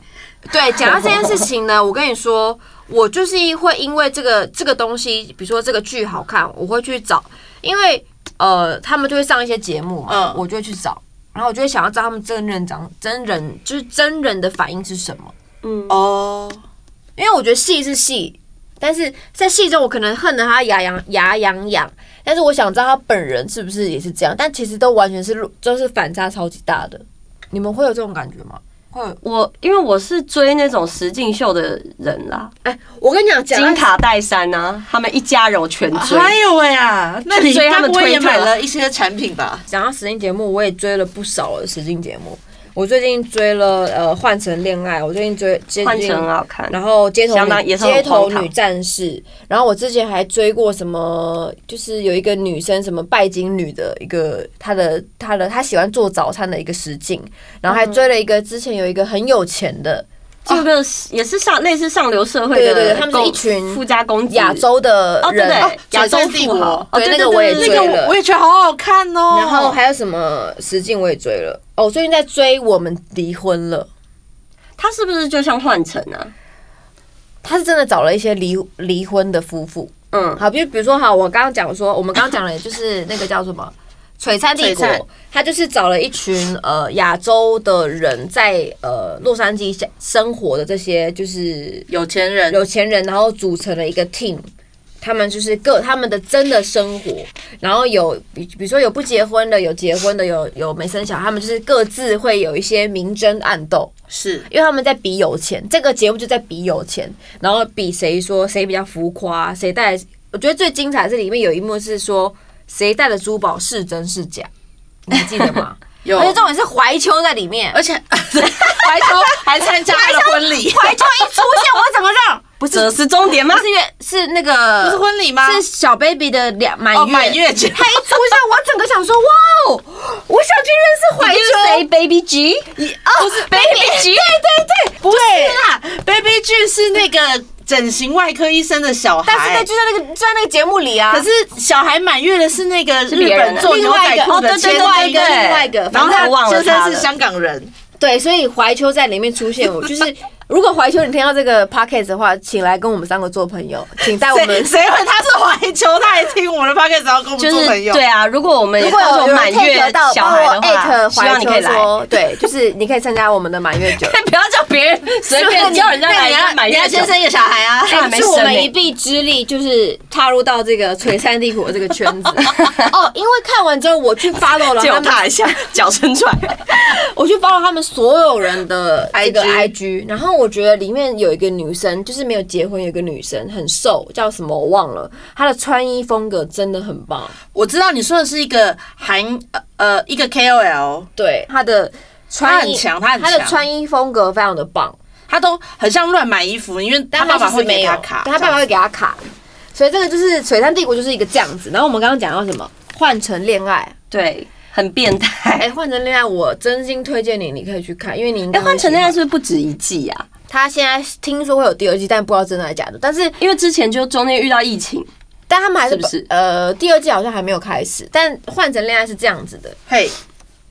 S1: 对，讲到这件事情呢，我跟你说，我就是会因为这个这个东西，比如说这个剧好看，我会去找，因为呃，他们就会上一些节目嘛，
S3: 嗯
S1: 我就会去找，然后我就会想要知道他们真人长真人就是真人的反应是什么，
S2: 嗯，
S3: 哦，
S1: 因为我觉得戏是戏，但是在戏中我可能恨得他牙痒牙痒痒，但是我想知道他本人是不是也是这样，但其实都完全是就是反差超级大的，你们会有这种感觉吗？会有，
S2: 我因为我是追那种实境秀的人啦，
S1: 哎、我跟你讲，讲到
S2: 金卡戴珊啊，他们一家人我全追，
S3: 还有喂啊，那你
S2: 所以他
S3: 该
S2: 们
S3: 不会也
S2: 推特
S3: 买了一些产品吧？
S1: 讲到实境节目，我也追了不少的实境节目。我最近追了呃《换乘恋爱》，我最近追接
S2: 换
S1: 近
S2: 成很好看，
S1: 然后街头
S2: 相当
S1: 女
S2: 也是很
S1: 街头
S2: 荒唐
S1: 女战士，然后我之前还追过什么，就是有一个女生什么拜金女的一个，她的她的她喜欢做早餐的一个实境，然后还追了一个之前有一个很有钱的
S2: 这个是也是上类似上流社会
S1: 对
S2: 的
S1: 对
S2: 公，
S1: 对他们是一群
S2: 富家公子，
S1: 亚洲的
S2: 嗯哦，对
S1: 人，
S2: 对，亚洲
S3: 水晶帝
S2: 富
S3: 国
S2: 豪，哦
S1: 对
S2: 对
S1: 那个我也
S2: 对对
S3: 那
S1: 追
S3: 个
S2: 对
S1: 了
S3: 我我也觉得好好看哦。
S1: 然后还有什么实境我也追了，哦，我最近在追《我们离婚了》。哦
S2: 他是不是就像换乘啊？
S1: 他是真的找了一些离离婚的夫妇，
S2: 嗯，
S1: 好，比如比如说，好，我刚刚讲说，我们刚刚讲的就是那个叫什 么《璀璨帝国
S3: 璀璨》，
S1: 他就是找了一群呃亚洲的人在呃洛杉矶下生活的这些就是
S3: 有钱人
S1: 有钱人，然后组成了一个 team。他们就是各他们的真的生活，然后有比比如说有不结婚的，有结婚的，有有没生小孩，他们就是各自会有一些明争暗斗，
S3: 是
S1: 因为他们在比有钱，这个节目就在比有钱，然后比谁说谁比较浮夸，谁带。我觉得最精彩的是里面有一幕是说谁带的珠宝是真是假，你还记得吗？
S3: 有，
S1: 而且重点是怀秋在里面，
S3: 而且怀秋还参加了婚礼，
S1: 怀秋一出现，我怎么让？不
S2: 这
S1: 是
S2: 是终点吗
S1: 不？是月是那个
S3: 不是婚礼吗
S1: 是小 baby 的两满
S3: 哦，
S1: 月。
S3: 满月 节，
S1: 他一出现，我整个想说哇哦，我想去认识怀
S2: 你是谁
S1: 秋。
S2: ？Baby G？
S1: 哦，不是 baby，对对对，
S3: 不是啦，Baby G 是那个整形外科医生的小
S1: 但是那
S3: 孩
S1: 就。在那个就在那个节目里啊。
S3: 可是小孩满月的是那个日
S2: 别人
S3: 本
S2: 的
S3: 做牛仔裤的千
S1: 另
S3: 金
S1: 外一哦个，
S2: 对对对
S1: 另外一个，
S3: 然
S1: 反
S3: 后
S1: 正
S2: 我忘
S3: 他
S2: 了
S3: 先
S2: 他
S3: 生
S2: 了
S3: 是香港人，
S1: 对，所以怀秋在里面出现，我就是 如果怀秋你听到这个 podcast 的话，请来跟我们三个做朋友，请带我
S3: 谁
S1: 们。
S3: 谁会他是怀秋，他还听我们的 podcast，然后跟我
S2: 就
S3: 们做
S2: 是
S3: 朋友。
S2: 对啊，如果我们
S1: 如
S2: 也
S1: 果
S2: 到时
S1: 有
S2: 候
S1: 有
S2: 满
S1: take
S2: 月
S1: 到，
S2: 小
S1: 帮
S2: 孩
S1: 我
S2: 的话，
S1: 艾特
S2: 希望
S1: 怀
S2: 你可以
S1: 秋
S2: 来。
S1: 说，对，就是你可以参加我们的满月酒，
S2: 不要叫别人随便叫人家
S3: 那
S2: 来
S3: 你
S2: 一
S3: 要
S2: 个满
S3: 你要
S2: 月酒
S3: 先，生一个小孩啊，
S2: 他还没
S1: 哎是我
S2: 生
S1: 们一
S2: 呢。
S1: 臂之力，就是踏入到这个璀璨帝国这个圈子。哦，因为看完之后，我去 follow 了
S2: 借
S1: 他
S2: 我
S1: 们
S2: 踏一下，脚伸出来。
S1: 我去 follow 他们所有人的这个
S3: IG
S1: IG，然后我觉得里面有一个女生，就是没有结婚，有一个女生很瘦，叫什么我忘了，她的穿衣风格真的很棒，
S3: 我知道你说的是一个韩呃呃一个 KOL，
S1: 对她的
S3: 他
S1: 穿
S3: 很
S1: 衣，
S3: 强，他很
S1: 她的
S3: 强，
S1: 穿衣风格非常的棒，
S3: 他都很像乱买衣服，因为他
S1: 但
S3: 爸
S1: 她
S3: 爸
S1: 其实
S3: 会
S1: 没
S3: 给
S1: 有
S3: 他，卡，
S1: 对她爸爸会给她卡，所以这个就是璀璨帝国就是一个这样子。然后我们刚刚讲到什么？换成恋爱，
S2: 对，很变态。
S1: 哎，换成恋爱，我真心推荐你，你可以去看，因为你应该
S2: 哎，换成恋爱
S1: 爱，
S2: 是不是不止一季啊？
S1: 他现在听说会有第二季，但不知道真的还是假的，但是
S2: 因为之前就中间遇到疫情，
S1: 但他们还是
S2: 是不是
S1: 呃，第二季好像还没有开始。但换成恋爱是这样子的，
S3: 嘿，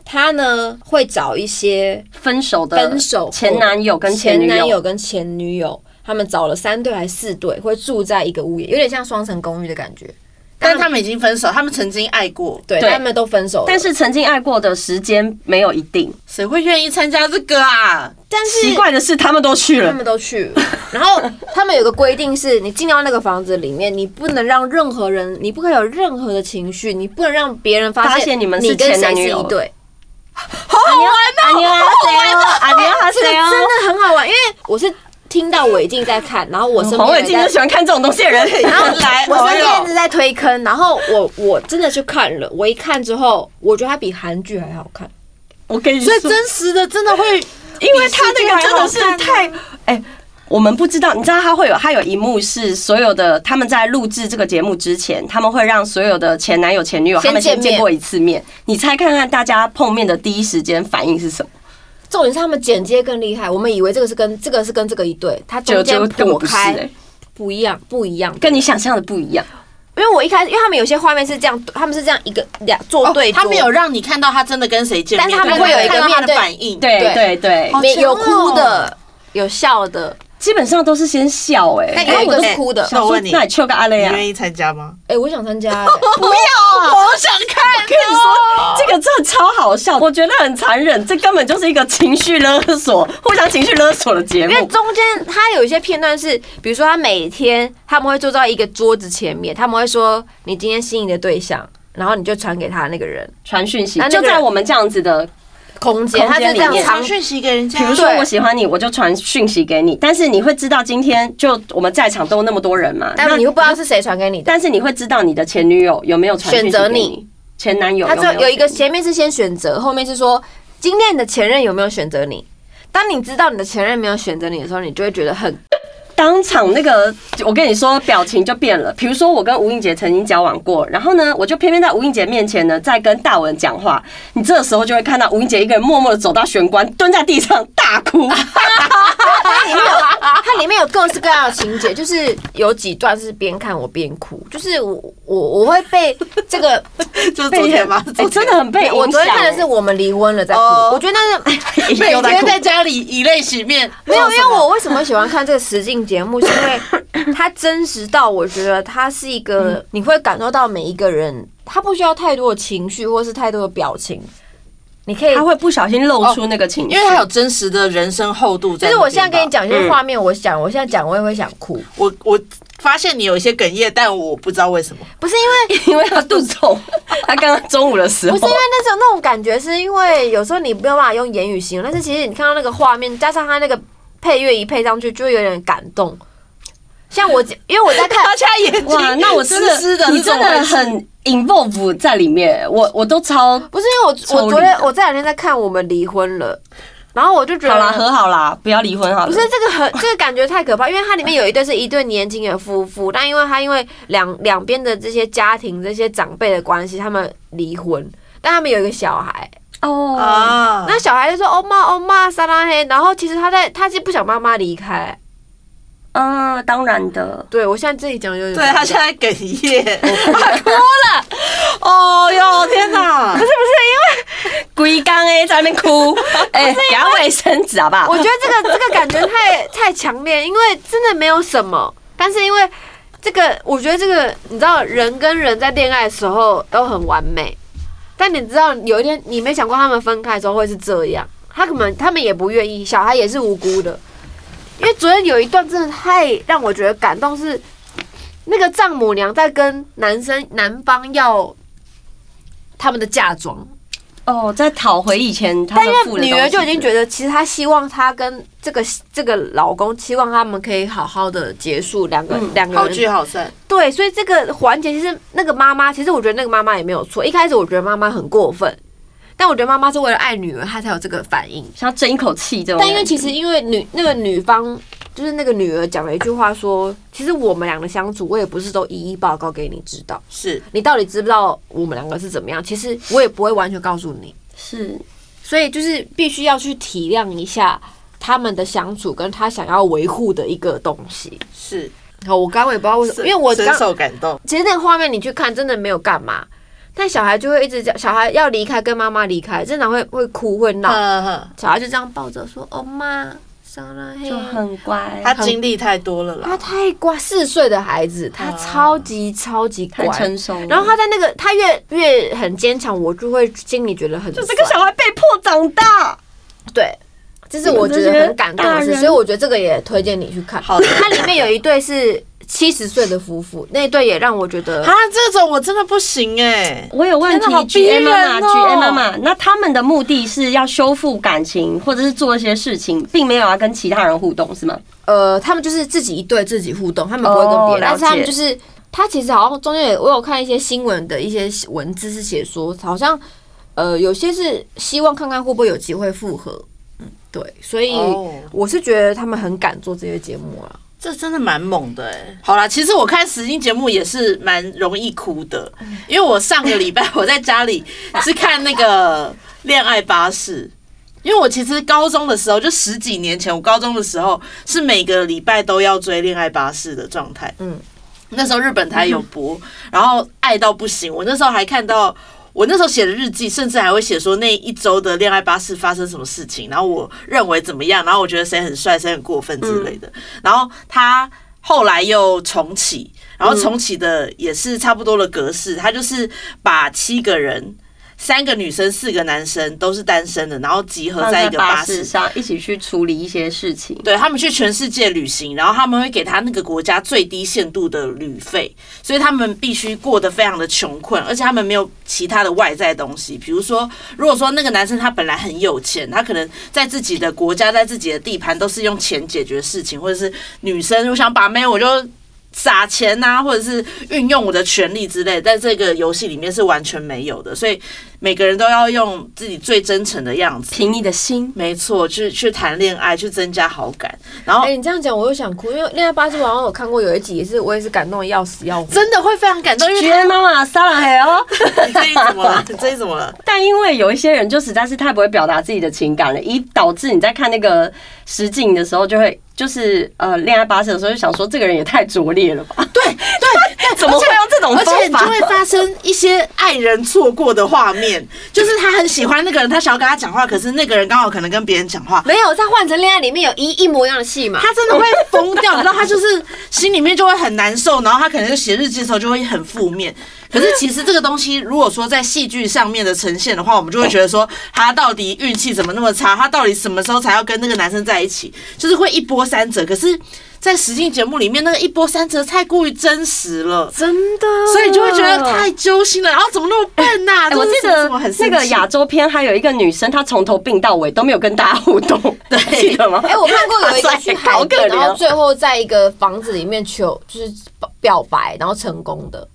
S1: 他呢会找一些
S2: 分手的
S1: 分手后
S2: 呃前男友跟前
S1: 前
S2: 女
S1: 男
S2: 友
S1: 友跟前女友，他们找了三对还是四对，会住在一个屋檐，有点像双层公寓的感觉。
S3: 但是他们已经分手，他们曾经爱过，
S1: 对，
S2: 对
S1: 但他们都分手了，
S2: 但是曾经爱过的时间没有一定。
S3: 谁会愿意参加这个啊？
S1: 但是嗯
S2: 奇怪的是，他们都去
S1: 他
S2: 了
S1: 们。都去了，然后他们有个规定是，你进到那个房子里面，你不能让任何人，你不可以有任何的情绪，你不能让别人发
S2: 发
S1: 现
S2: 现你们是
S1: 你跟
S2: 前男
S1: 谁
S2: 女
S1: 是
S2: 友
S1: 一
S2: 了
S1: 对。
S2: 好玩哦！阿尼阿
S1: 这个
S2: 谁哦？
S1: 真的很好玩，因为我是听到韦静在看，然后我身边
S2: 黄伟
S1: 有
S2: 晋
S1: 在
S2: 就喜欢看这种东西的人。
S1: 然后
S2: 来，
S1: 我身边一
S2: 哎
S1: 直
S2: 呦
S1: 在推坑，然后我我真的去看了，我一看之后，我觉得它比韩剧还好看，
S2: 我跟你
S3: 所
S2: 说
S3: 以，真实的真的会
S2: 因为他那个真的是太哎。我们不知道，你知道他会有，他有一幕是所有的他们在录制这个节目之前，他们会让所有的前男友、前女友
S1: 先
S2: 他们先
S1: 见面
S2: 见过一次面。你猜看看大家碰面的第一时间反应是什么？
S1: 重点是他们剪接更厉害，我们以为这个是跟这个是跟这个一对，他中
S2: 结
S1: 间
S2: 果根本
S1: 躲
S2: 不是、
S1: 开
S2: 欸，
S1: 不一样，不一样的。
S2: 跟你想象的不一样。
S1: 因为我一开始，因为他们有些画面是这样，他们是这样一个两做对桌，
S3: 哦他没有让你看到他真的跟谁见面，
S1: 但是他们
S3: 但
S1: 会有一个
S3: 看到他
S1: 面
S3: 的
S1: 对
S3: 反应，
S2: 对
S1: 对
S2: 对对，
S3: 好
S1: 没
S3: 强
S1: 有
S3: 哦
S1: 哭的，有笑的。
S2: 基本上都是先笑哎、
S1: 那
S2: 欸，
S1: 有一个
S2: 我都
S1: 是哭的。
S2: 想
S4: 那我
S2: 说
S4: 问你
S2: 那你求个阿雷
S4: 你
S2: 啊？
S4: 愿意参加吗？
S1: 哎，我想参 加欸，
S2: 不要，啊
S3: 我好想
S1: 哦
S3: 看，
S2: 跟你说，这个真的超好笑，我觉得很残忍，这根本就是一个情绪勒索，互相情绪勒索的节
S1: 因为
S2: 目。
S1: 中间他有一些片段是，比如说他每天他们会坐到一个桌子前面，他们会说你今天心仪的对象，然后你就传给他那个人
S2: 传讯息
S1: 那，那
S2: 就
S1: 个
S2: 在我们这样子的，
S1: 空间，
S2: 空间
S1: 他就这
S2: 里
S1: 样
S2: 面
S1: 长
S3: 传讯息给人家，
S2: 比如说
S1: 对
S2: 我喜欢你，我就传讯息给你，但是你会知道今天就我们在场都那么多人嘛，
S1: 但你会不知道是谁传给你的。
S2: 但是你会知道你的前女友有没有传讯息
S1: 选择
S2: 给
S1: 你
S2: 你，前男友
S1: 他
S2: 有没
S1: 这有一个
S2: 选
S1: 前面是先选择，后面是说今天你的前任有没有选择你。当你知道你的前任没有选择你的时候，你就会觉得很
S2: 当场那个，我跟你说，表情就变了。比如说，我跟吴映洁曾经交往过，然后呢，我就偏偏在吴映洁面前呢，在跟大文讲话。你这时候就会看到吴映洁一个人默默的走到玄关，蹲在地上大 哭。
S1: 它里面有它里面有各式各样的情节，就是有几段是边看我边哭，就是我我我会被这个，
S4: 就是昨天吗？
S2: 哎、真的很 被
S1: 我
S2: 影
S1: 昨
S2: 响、
S1: 天看的是我们离婚了在哭，
S4: 哦
S1: 我觉得那是
S2: 是
S3: 每
S2: 又在
S3: 天
S2: 哭。
S3: 在家里以泪洗面，
S1: 没有，因为我为什么喜欢看这个实境节目，是 因为它真实到我觉得它是一个你会感受到每一个人，他不需要太多的情绪或是太多的表情，你可以
S2: 他。会不小心露出那个情绪，
S3: 因为他有真实的人生厚度在
S1: 就
S3: 那边吧。
S1: 是我现在跟你讲一些画面，我想我现在讲我也会想哭，
S4: 我我发现你有一些哽咽，但我不知道为什么。
S1: 不是因为
S2: 因为他肚子痛。 他刚刚中午的时
S1: 不
S2: 候
S1: 是因为那种那种感觉，是因为有时候你没有办法用言语形容，但是其实你看到那个画面，加上他那个配乐一配上去，就会有点感动。像我，因为我在看，
S3: 大家也
S2: 哇，那我真的，
S3: 湿的，
S2: 你真的很 involve 在里面，我我都超
S1: 不是因为我，我
S2: 抽
S1: 昨
S2: 离
S1: 天
S2: 的
S1: 我这两天在看我们离婚了，然后我就觉
S2: 好啦，
S1: 得。
S2: 和好啦，不要离婚好了。
S1: 啊不是这个很 这个感觉太可怕，因为它里面有一对是一对年轻的夫妇，但因为他因为两两边的这些家庭这些长辈的关系，他们离婚，但他们有一个小孩，
S2: 哦
S4: 啊，
S1: 那小孩就说“哦妈哦妈撒拉黑”，然后其实他在他是不想妈妈离开，
S2: 嗯，当然的。
S1: 对我现在自己讲有点
S4: 对他现在哽咽，他哭
S1: 了。
S4: 哦哟，天哪！
S2: 龟缸哎，在那边哭，哎、给他卫生纸好不好
S1: 我？觉得这个这个感觉太太强烈，因为真的没有什么，但是因为这个，我觉得这个你知道，人跟人在恋爱的时候都很完美，但你知道有一天你没想过他们分开的时候会是这样，他可能他们也不愿意，小孩也是无辜的，因为昨天有一段真的太让我觉得感动是。那个丈母娘在跟男生男方要他们的嫁妆，
S2: 哦，在讨回以前他
S1: 但
S2: 们
S1: 因
S2: 付的
S1: 为
S2: 东西
S1: 女儿就已经觉得，其实她希望她跟这个这个老公，希望他们可以好好的结束两个
S2: 嗯
S1: 两、
S4: 好
S1: 个
S4: 聚
S1: 人。
S4: 好散，
S1: 对，所以这个环节其实那个妈妈，其实我觉得那个妈妈也没有错。一开始我觉得妈妈很过分，但我觉得妈妈是为了爱女儿，她才有这个反应。
S2: 想要争一口气这种感
S1: 但
S2: 觉。
S1: 因为其实因为女那个女方就是那个女儿讲了一句话说，其实我们俩的相处，我也不是都一一报告给你知道，
S4: 是
S1: 你到底知不知道我们两个是怎么样？其实我也不会完全告诉你。
S2: 是
S1: 所以就是必须要去体谅一下他们的相处，跟他想要维护的一个东西。
S4: 是，
S1: 好，我刚刚也不知道为什么，因为我
S4: 深
S1: 刚
S4: 受感动。
S1: 其实那个画面你去看，真的没有干嘛，但小孩就会一直叫小孩要离开，跟妈妈离开，真的会会哭会闹，
S4: 嗯嗯，
S1: 小孩就这样抱着说：“哦妈，伤了嘿
S2: 就。很乖，
S4: 他经历太多了”
S1: 他
S4: 啦，
S1: 太乖，四岁的孩子，他超级超级乖
S2: 太。成熟了。
S1: 然后他在那个他越越很坚强，我就会心里觉得很
S2: 就这个
S1: 酸
S2: 小孩被迫长大，
S1: 对，这是我觉得很感动的
S2: 你们这些大
S1: 事，
S2: 人
S1: 所以我觉得这个也推荐你去看。
S4: 好的
S1: 它里面有一对是七十岁的夫妇，那一对也让我觉得
S4: 啊，这种我真的不行哎。
S2: 我有问
S4: 天哪好
S2: 题，举 A
S4: 逼人
S2: 妈妈，
S4: 哦
S2: 举 A 妈妈，那他们的目的是要修复感情，或者是做一些事情，并没有要跟其他人互动，是吗？
S1: 呃，他们就是自己一对自己互动，他们不会跟别
S2: 哦
S1: 人，但是
S2: 了解
S1: 他们就是他其实好像中间也我有看一些新闻的一些文字是写说，好像呃有些是希望看看会不会有机会复合。对，所以
S3: 哦
S1: 我是觉得他们很敢做这些节目啊。
S3: 这真的蛮猛的哎、好啦，其实我看实境节目也是蛮容易哭的，
S4: 嗯
S3: 因为我上个礼拜 我在家里是看那个《恋爱巴士》，因为我其实高中的时候就十几年前，我高中的时候是每个礼拜都要追《恋爱巴士》的状态。
S1: 嗯
S3: 嗯，那时候日本台有播，然后爱到不行，我那时候还看到。我那时候写的日记，甚至还会写说那一周的恋爱巴士发生什么事情，然后我认为怎么样，然后我觉得谁很帅，谁很过分之类的。然后他后来又重启，然后重启的也是差不多的格式，他就是把七个人。三个女生，四个男生都是单身的，然后集合
S2: 放
S3: 在一
S2: 在
S3: 个
S2: 巴
S3: 巴
S2: 士
S3: 士
S2: 上一起去处理一些事情。
S3: 对他们去全世界旅行，然后他们会给他那个国家最低限度的旅费，所以他们必须过得非常的穷困，而且他们没有其他的外在东西。比如说，如果说那个男生他本来很有钱，他可能在自己的国家、在自己的地盘都是用钱解决事情，或者是女生我想把妹我就。撒钱呐、或者是运用我的权利之类，在这个游戏里面是完全没有的，所以每个人都要用自己最真诚的样子，
S2: 凭你的心，
S3: 没错，去去谈恋爱，去增加好感，然后
S1: 哎、你这样讲我又想哭，因为《恋爱巴士》好像有看过有一集，也是我也是感动的要死要活。
S3: 真的会非常感动，因为
S2: 觉得妈妈撒朗黑哦。
S3: 你这一怎么 了？你这一怎么了？
S2: 但因为有一些人就实在是太不会表达自己的情感了，以导致你在看那个实景的时候，就会就是呃恋爱巴士的时候，就想说这个人也太拙劣了吧？对对， 怎么会用这种
S3: 而且
S2: 方
S3: 你就
S2: 法
S3: 会？发生一些爱人错过的画面，就是他很喜欢那个人，他想要跟他讲话，可是那个人刚好可能跟别人讲话，
S1: 没有，在《换成恋爱》里面有一一模一样的戏嘛。
S3: 他真的会疯掉，你知道，他就是心里面就会很难受，然后他可能就写日记的时候就会很负面。可是其实这个东西，如果说在戏剧上面的呈现的话，我们就会觉得说他到底运气怎么那么差，他到底什么时候才要跟那个男生在一起，就是会一波三折。可是，在实境节目里面，那个一波三折太过于真实了。
S1: 真的，
S3: 所以就会觉得太揪心了，然后怎么那么笨呐、
S2: 哎我记
S3: 真的是
S2: 得
S3: 怎么很生
S2: 那
S3: 气
S2: 个亚洲片还有一个女生，她从头病到尾都没有跟大家互动，对， 记得吗？
S1: 哎、我看过有一个去海
S2: 好可哦
S1: 边，然后
S2: 怜。
S1: 最后在一个房子里面求就是表白，然后成功的，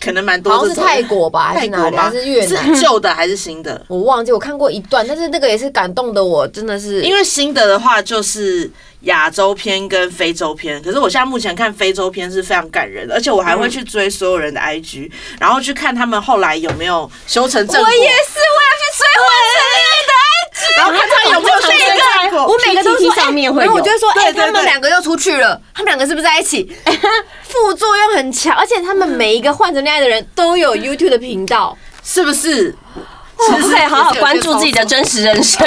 S3: 可能蛮多
S1: 好像是
S3: 这种
S1: 泰国吧，还
S3: 泰
S1: 是哪
S3: 国
S1: 里？还
S3: 吗？
S1: 是越南？
S3: 旧的还是新的？
S1: 我忘记，我看过一段，但是那个也是感动的我，真的是
S3: 因
S1: 为
S3: 为新的的话就是亚洲片跟非洲片，可是我现在目前看非洲片是非常感人的，而且我还会去追所有人的 IG，、然后去看他们后来有没有修成正果，
S1: 是，我要去追我
S3: 然后看他有没有修成正果。
S1: 我每个都说
S2: PTT 上面会
S1: 哎然后我
S2: 有
S1: 就会说，哎、
S3: 对对
S1: 他们
S3: 对
S1: 两个又出去了，他们两个是不是在一起？副作用很强，而且他们每一个换成恋爱的人都有 YouTube 的频道，
S3: 是不是？
S2: 可不可以好好关注自己的真实人 生？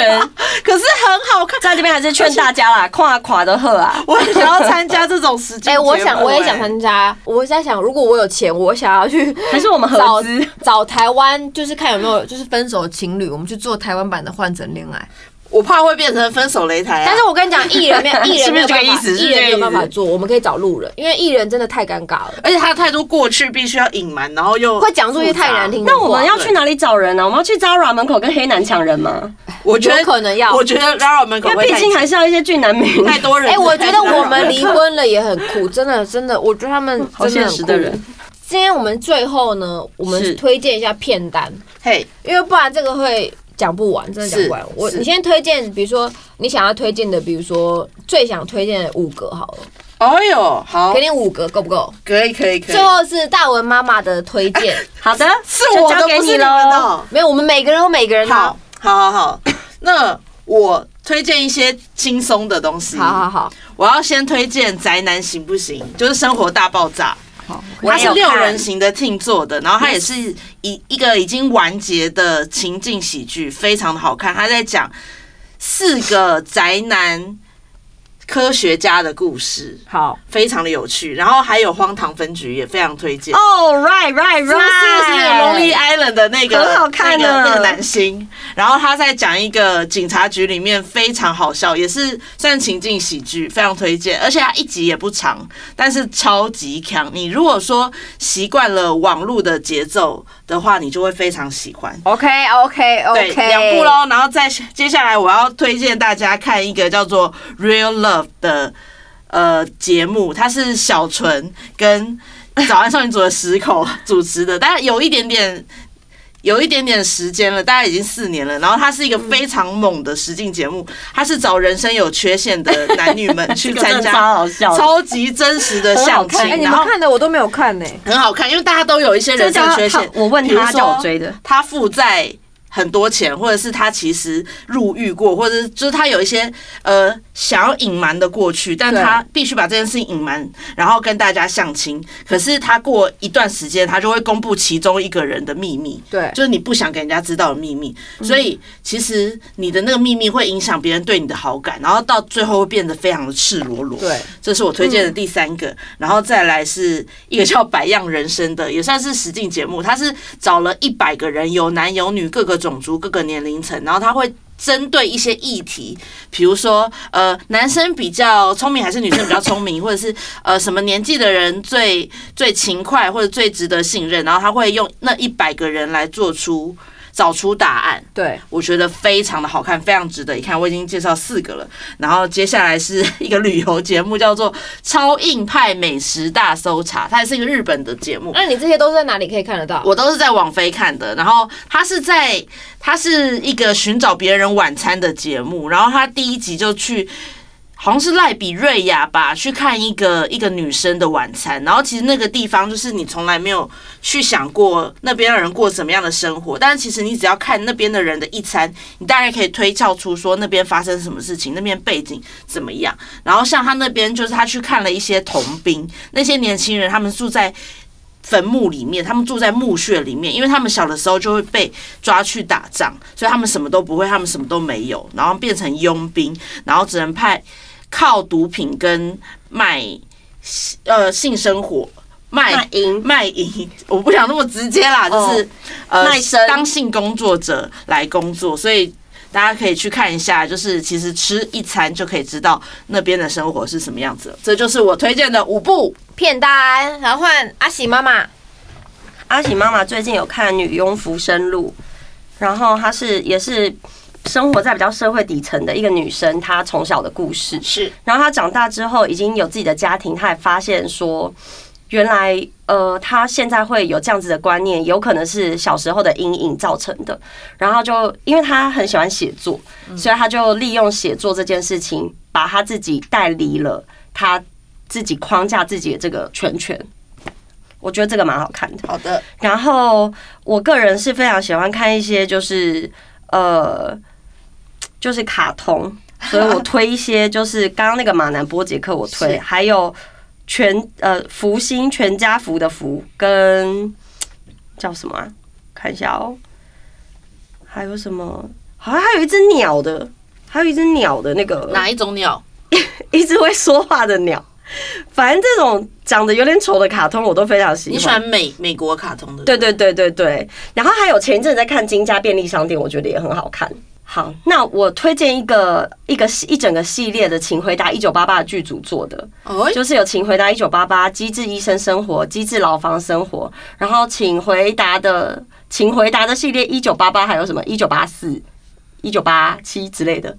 S3: 可是很好看，
S2: 在这边还是劝大家啦，跨垮的喝啊！
S3: 我很想要参加这种实境节
S1: 哎、
S3: 目。
S1: 我想我
S2: 欸
S1: 也想
S3: 哎
S1: 参加。我在想，如果我有钱，我想要去
S2: 还是我们
S1: 找
S2: 合资？
S1: 找台湾，就是看有没有就是分手情侣，我们去做台湾版的换成恋爱。
S3: 我怕会变成分手擂台、啊。
S1: 但是我跟你讲，艺人没 有艺
S2: 是
S1: 人
S2: 不
S1: 没有
S2: 是这
S1: 办
S2: 个
S1: 法
S2: 意，思是
S1: 艺
S2: 这
S1: 人没
S2: 个
S1: 有
S2: 意
S1: 办法
S2: 思
S1: 做，我们可以找路人，因为艺人真的太尴尬了，
S3: 而且他的态度过去必须要隐瞒，然后又
S1: 会讲出一些太难听的
S2: 那
S1: 话。
S2: 我们要去哪里找人啊呢、我们要去 Zara 门口跟黑男抢人吗？
S3: 我觉
S1: 有
S3: 得
S1: 可能要
S3: 我觉得 Lara 门口
S2: 因
S3: 会
S2: 为毕
S3: 太
S2: 竟还是要一些俊男美女。
S3: 太多人。
S1: 哎、我觉得我们离婚了也很苦，真的真的，我觉得他们
S2: 好
S1: 真的
S2: 现
S1: 很
S2: 实
S1: 苦
S2: 的人。，
S1: 今天我们最后呢，我
S2: 是
S1: 们推荐一下片单，
S3: 嘿，
S1: 因为不然这个会讲不完，真的讲不完
S3: 是。
S1: 我
S3: 是
S1: 你先推荐，比如说你想要推荐的，比如说最想推荐的五个好了，
S3: 哎呦，好
S1: 给，你五个够不够？
S3: 可以可以可以
S1: 最，后是大文妈妈的推荐，
S2: 好的，
S3: 是我
S2: 就
S3: 的，
S2: 交给
S3: 不是
S2: 你
S3: 你们的
S2: 喽。
S3: 哦。
S1: 没有，我们每个人有每个人的。
S3: 好，好好好， 那我推荐一些轻松的东西。
S1: 好好好，
S3: 我要先推荐《宅男行不行》，就是《生活大爆炸》。
S2: 我
S3: 它
S2: 也
S3: 是
S2: 有
S3: 六
S2: 看
S3: 人行的 team 做的，然后它也是一一个已经完结的情境喜剧，非常的好看。他在讲四个宅男科学家的故事，
S1: 好，
S3: 非常的有趣。然后还有《荒唐分局》也非常推
S1: 哦
S3: 荐。
S2: Oh right right
S3: 是不是是那个
S2: right，
S3: Lonely Island 的那个
S2: 很好看啊
S3: 那
S2: 呢
S3: 个那个男星？然后他在讲一个警察局里面非常好笑，也是算情境喜剧，非常推荐。而且它一集也不长，但是超级强。你如果说习惯了网络的节奏的话，你就会非常喜欢。
S1: OK OK
S3: 对，
S1: OK，
S3: 两部。喽，然后再接下来我要推荐大家看一个叫做《Real Love》的呃节目，它是小纯跟《早安少女组的石口主持的，但有一点点有一点点时间了，大概已经四年了。然后它是一个非常猛的实境节目，它是找人生有缺陷的男女们 去
S2: 这个真的
S3: 参加
S2: 超好笑的
S3: 超级真实的相亲
S2: 很好看
S1: 哎，，你
S3: 然
S1: 们
S3: 后
S1: 看的我都没有看呢、
S3: 很好看，因为大家都有一些人生缺陷。
S2: 我问
S3: 比如
S2: 他
S3: 说
S2: 叫我追的，
S3: 他负债很多钱，或者是他其实入狱过，或者是就是他有一些呃想要隐瞒的过去，但他必须把这件事情隐瞒，然后跟大家相亲。可是他过一段时间，他就会公布其中一个人的秘密，
S1: 对
S3: 就是你不想给人家知道的秘密。所以其实你的那个秘密会影响别人对你的好感，然后到最后会变得非常的赤裸裸。
S1: 对，
S3: 这是我推荐的第三个，然后再来是一个叫《百样人生》的，也算是实境节目。它是找了一百个人，有男有女，各个种族、各个年龄层，然后他会针对一些议题，比如说呃，男生比较聪明还是女生比较聪明，或者是呃什么年纪的人最最勤快或者最值得信任，然后他会用那一百个人来做出找出答案。
S1: 对，
S3: 我觉得非常的好看，非常值得一看。我已经介绍四个了，然后接下来是一个旅游节目，叫做《超硬派美食大搜查》，它也是一个日本的节目。
S1: 那你这些都是在哪里可以看得到？
S3: 我都是在网飞看的，然后它是在它是一个寻找别人晚餐的节目，然后它第一集就去好像是赖比瑞亚吧，去看一个一个女生的晚餐。然后其实那个地方就是你从来没有去想过那边的人过什么样的生活，但是其实你只要看那边的人的一餐，你大概可以推敲出说那边发生什么事情，那边背景怎么样。然后像他那边就是他去看了一些童兵，那些年轻人他们住在。坟墓里面，他们住在墓穴里面，因为他们小的时候就会被抓去打仗，所以他们什么都不会，他们什么都没有，然后变成佣兵，然后只能派靠毒品跟卖呃性生活卖
S2: 那赢
S3: 卖淫，我不想那么直接啦，就是、呃
S2: 卖身
S3: 当性工作者来工作，所以大家可以去看一下，就是其实吃一餐就可以知道那边的生活是什么样子了。这就是我推荐的五部，
S1: 片单，然后换阿喜妈妈，
S2: 阿喜妈妈最近有看《女佣浮生录》，然后她是也是生活在比较社会底层的一个女生，她从小的故事。
S3: 是
S2: 然后她长大之后已经有自己的家庭，她也发现说，原来呃，她现在会有这样子的观念，有可能是小时候的阴影造成的。然后就因为她很喜欢写作，所以她就利用写作这件事情，把她自己带离了她自己框架自己的这个圈圈。我觉得这个蛮好看的。
S3: 好的，
S2: 然后我个人是非常喜欢看一些就是呃就是卡 通，所以我推一些就是刚刚那个马南波杰克我推，
S3: 是
S2: 还有全呃福星全家福的福跟叫什么啊？看一下哦，还有什么？好像还有一只鸟的，还有一只鸟的那个
S3: 哪一种鸟？
S2: 一只会说话的鸟。反正这种长得有点丑的卡通，我都非常喜欢。
S3: 你喜欢美美国卡通的？
S2: 对对对对对，然后还有前一阵在看《金家便利商店》，我觉得也很好看。好，那我推荐一个一个系一整个系列的《请回答一九八八》的剧组做的，
S3: 哦，
S2: 就是有《请回答一九八八》《机智医生生活》《机智牢房生活》，然后《请回答的》《请回答》的系列一九八八还有什么一九八四、一九八七之类的。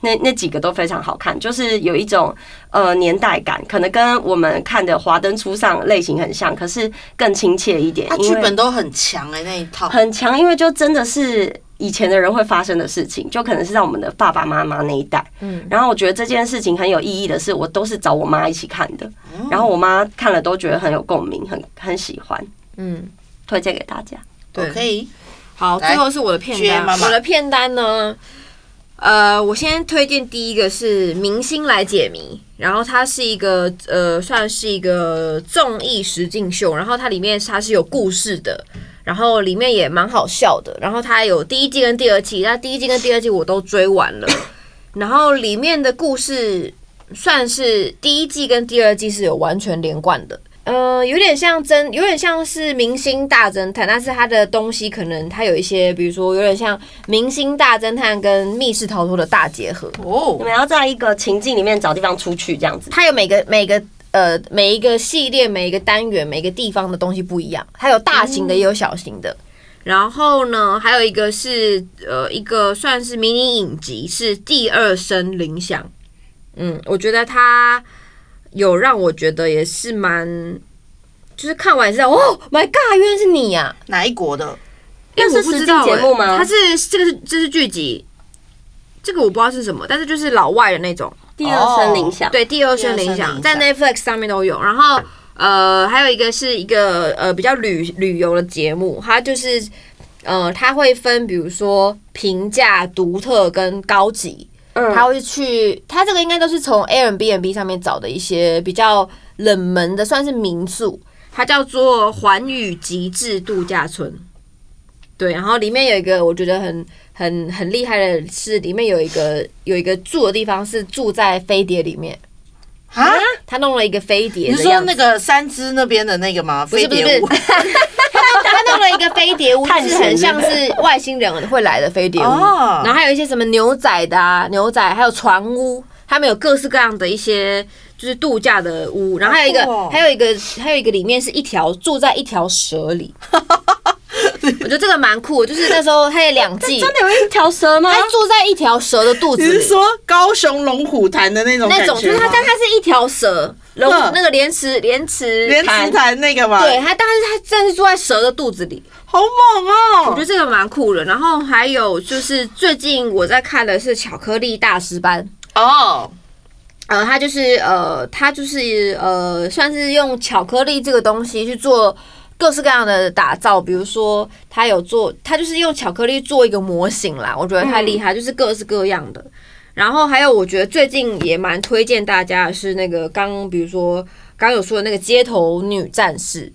S2: 那那几个都非常好看，就是有一种呃年代感，可能跟我们看的《华灯初上》类型很像，可是更亲切一点。
S3: 它
S2: 因
S3: 剧
S2: 为
S3: 本都很强哎、那一套。
S2: 很强，因为就真的是以前的人会发生的事情，就可能是在我们的爸爸妈妈那一代。嗯，然后我觉得这件事情很有意义的是，我都是找我妈一起看的，然后我妈看了都觉得很有共鸣，很很喜欢，
S1: 嗯，
S2: 推荐给大家。
S1: 对，
S3: 可以，
S1: 好，
S3: 来
S1: 最后是我的片
S3: 薛
S1: 单。
S3: 妈妈
S1: 我的片单呢，呃，我先推荐第一个是《明星来解谜》，然后它是一个呃，算是一个综艺实境秀，然后它里面它是有故事的。然后里面也蛮好笑的，然后它有第一季跟第二季，那第一季跟第二季我都追完 了，然后里面的故事算是第一季跟第二季是有完全连贯的。呃，有点像真，有点像是明星大侦探，但是它的东西可能它有一些，比如说有点像明星大侦探跟密室逃脱的大结合。
S2: 你们要在一个情境里面找地方出去，这样子。
S1: 它有每个每个呃每一个系列、每一个单元、每个地方的东西不一样，它有大型的，也有小型的。然后呢，还有一个是呃一个算是迷你影集，是《第二声铃响》。嗯，我觉得它有让我觉得也是蛮，就是看完之后，哦，My God，原来是你呀、
S3: 哪一国的？
S1: 因为
S2: 那
S1: 我
S2: 是
S1: 不
S2: 实
S1: 知
S2: 境
S1: 道
S2: 节
S1: 欸
S2: 目吗
S1: 它是这个是这是剧集，这个我不知道是什么，但是就是老外的那种，
S2: 第二声铃响，
S1: 对，第二声
S3: 第
S1: 铃
S3: 二声
S1: 响
S3: 铃
S1: 在 Netflix 上面都有。然后呃，还有一个是一个呃比较旅旅游的节目，它就是呃，它会分比如说平价、独特跟高级，
S2: 嗯
S1: 它会去，它这个应该都是从 Airbnb 上面找的一些比较冷门的，算是民宿，它叫做环宇极致度假村。对，然后里面有一个我觉得很很很厉害的是，里面有一个有一个住的地方是住在飞碟里面，
S4: 啊！
S1: 他弄了一个飞碟
S4: 你
S1: 的
S4: 是说
S1: 样
S4: 那
S1: 子。
S4: 个三只那边的那个吗？
S1: 不
S4: 飞
S1: 是不是不
S4: 碟
S1: 是
S4: 屋，
S1: 他弄了一个飞碟屋，
S2: 探
S1: 就是很
S2: 险
S1: 像是外星人会来的飞碟屋，
S4: 哦
S1: 然后还有一些什么牛仔的啊，牛仔还有船屋，他们有各式各样的一些就是度假的屋，然后还有一
S4: 好酷哦
S1: 个还有一个还有一个里面是一条住在一条蛇里，我觉得这个蛮酷的，就是那时候他有两 季，
S2: 真的有一条蛇吗
S1: 他？住在一条蛇的肚子
S4: 你
S1: 里
S4: 是。说高雄龙虎潭的那种
S1: 那
S4: 感
S1: 种就
S4: 觉
S1: 是它，
S4: 吗？
S1: 但它是一条蛇，然后
S4: 嗯
S1: 那个莲池莲池
S4: 莲池潭那个嘛，
S1: 对，它，但是它真的是住在蛇的肚子里，
S4: 好猛
S1: 我觉
S4: 哦！
S1: 得这个蛮酷的。然后还有就是最近我在看的是《巧克力大师班》，
S4: 哦，
S1: 呃，它就是呃，它就是呃，算是用巧克力这个东西去做各式各样的打造，比如说它有做，它就是用巧克力做一个模型啦，我觉得太厉害，就是各式各样的。然后还有，我觉得最近也蛮推荐大家的是那个刚，比如说刚有说的那个街头女战士，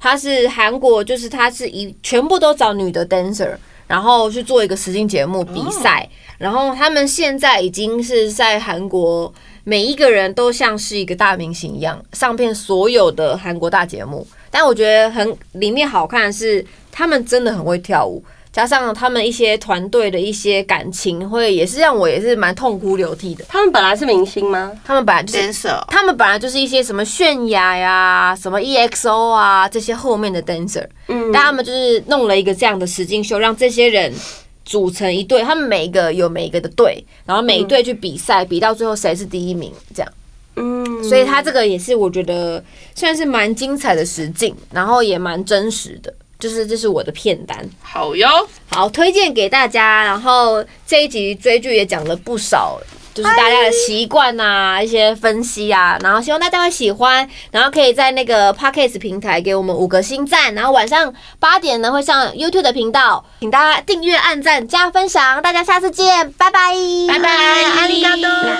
S1: 她是韩国，就是她是一全部都找女的 dancer，然后去做一个实境节目比赛，然后他们现在已经是在韩国，每一个人都像是一个大明星一样，上遍所有的韩国大节目。但我觉得很里面好看的是，他们真的很会跳舞，加上他们一些团队的一些感情，会也是让我也是蛮痛哭流涕的。
S2: 他们本来是明星吗？
S1: 他们本来就是
S4: ，dancer，
S1: 他们本来就是一些什么泫雅呀、什么 EXO 啊这些后面的 dancer，
S2: 嗯
S1: 但他们就是弄了一个这样的实境秀，让这些人组成一队，他们每一个有每一个的队，然后每一队去比赛，比到最后谁是第一名这样。
S2: 嗯，
S1: 所以他这个也是我觉得算是蛮精彩的实境，然后也蛮真实的，就是这是我的片单。
S3: 好哟，
S1: 好，推荐给大家。然后这一集追剧也讲了不少，就是大家的习惯啊，一些分析啊，然后希望大家会喜欢，然后可以在那个 podcast 平台给我们五个星赞，然后晚上八点呢会上 YouTube 的频道，请大家订阅、按赞、加分享，大家下次见，拜拜，
S3: 拜拜
S1: 阿里嘎多。